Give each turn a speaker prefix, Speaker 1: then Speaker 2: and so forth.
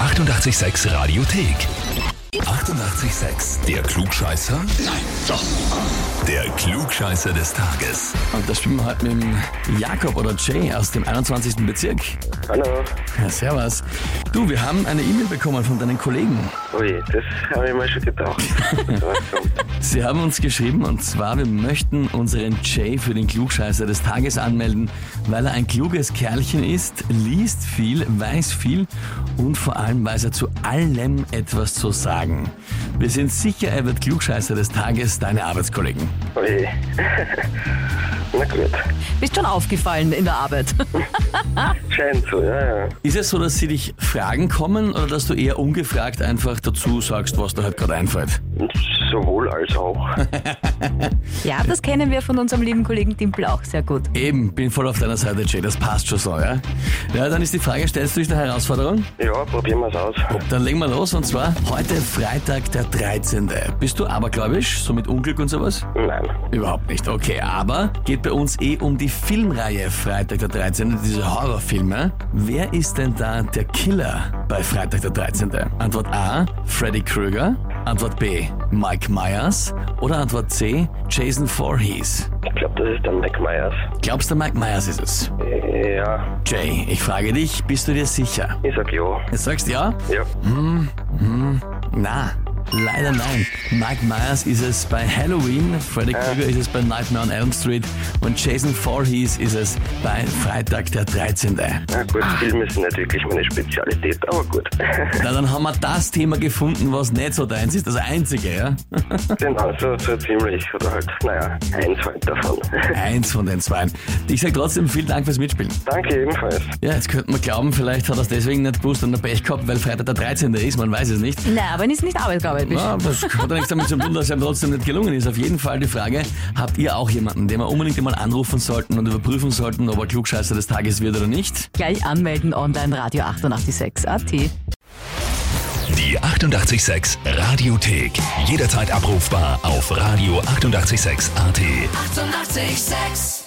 Speaker 1: 886 Radiothek. 88,6. Der Klugscheißer? Nein, doch. Der Klugscheißer des Tages.
Speaker 2: Und da spielen wir heute mit dem Jakob oder Jay aus dem 21. Bezirk.
Speaker 3: Hallo.
Speaker 2: Ja, servus. Du, wir haben eine E-Mail bekommen von deinen Kollegen.
Speaker 3: Ui, das habe ich mir schon gedacht.
Speaker 2: Sie haben uns geschrieben und zwar, wir möchten unseren Jay für den Klugscheißer des Tages anmelden, weil er ein kluges Kerlchen ist, liest viel, weiß viel und vor allem weiß er zu allem etwas zu sagen. Wir sind sicher, er wird Klugscheißer des Tages, deine Arbeitskollegen.
Speaker 3: Ui. Na gut.
Speaker 4: Bist schon aufgefallen in der Arbeit.
Speaker 3: Scheint so, ja, ja.
Speaker 2: Ist es so, dass sie dich Fragen kommen oder dass du eher ungefragt einfach dazu sagst, was dir halt gerade einfällt?
Speaker 3: Sowohl als auch.
Speaker 4: Ja, das kennen wir von unserem lieben Kollegen Tim Blauch sehr gut.
Speaker 2: Eben, bin voll auf deiner Seite, Jay, das passt schon so, ja? Ja, dann ist die Frage, stellst du dich der Herausforderung?
Speaker 3: Ja, probieren wir es aus.
Speaker 2: Dann legen wir los und zwar heute Freitag der 13. Bist du abergläubisch, so mit Unglück und sowas?
Speaker 3: Nein.
Speaker 2: Überhaupt nicht, okay. Aber geht bei uns eh um die Filmreihe Freitag der 13., diese Horrorfilme. Wer ist denn da der Killer bei Freitag der 13.? Antwort A, Freddy Krueger. Antwort B, Mike Myers. Oder Antwort C, Jason Voorhees.
Speaker 3: Ich glaube, das ist dann Mike Myers.
Speaker 2: Glaubst du, Mike Myers ist es?
Speaker 3: Ja,
Speaker 2: Jay, ich frage dich, bist du dir sicher?
Speaker 3: ich sag ja.
Speaker 2: Du sagst ja?
Speaker 3: Ja.
Speaker 2: Na, leider nein. Mike Myers ist es bei Halloween, Freddy Krueger ist es bei Nightmare on Elm Street und Jason Voorhees ist es bei Freitag der 13.
Speaker 3: Na gut, Film ist nicht wirklich meine Spezialität, aber gut.
Speaker 2: Na, dann haben wir das Thema gefunden, was nicht so deins ist, das einzige, ja?
Speaker 3: genau, so, so ziemlich. Oder halt, naja, eins halt davon.
Speaker 2: Eins von den zwei. Ich sag trotzdem vielen Dank fürs Mitspielen.
Speaker 3: Danke ebenfalls.
Speaker 2: Ja, jetzt könnte man glauben, vielleicht hat er es deswegen nicht gewusst und ein Pech gehabt, weil Freitag der 13. ist, man weiß es nicht.
Speaker 4: Na, aber ist nicht abergläubisch.
Speaker 2: Ja, das hat ja nichts damit zu tun, dass es einem trotzdem nicht gelungen ist. Auf jeden Fall die Frage, habt ihr auch jemanden, den wir unbedingt einmal anrufen sollten und überprüfen sollten, ob er Klugscheißer des Tages wird oder nicht?
Speaker 4: Gleich anmelden online Radio 886 AT.
Speaker 1: Die 88,6 Radiothek. Jederzeit abrufbar auf radio886.at. 88,6.
Speaker 5: Eighty-eight, sex.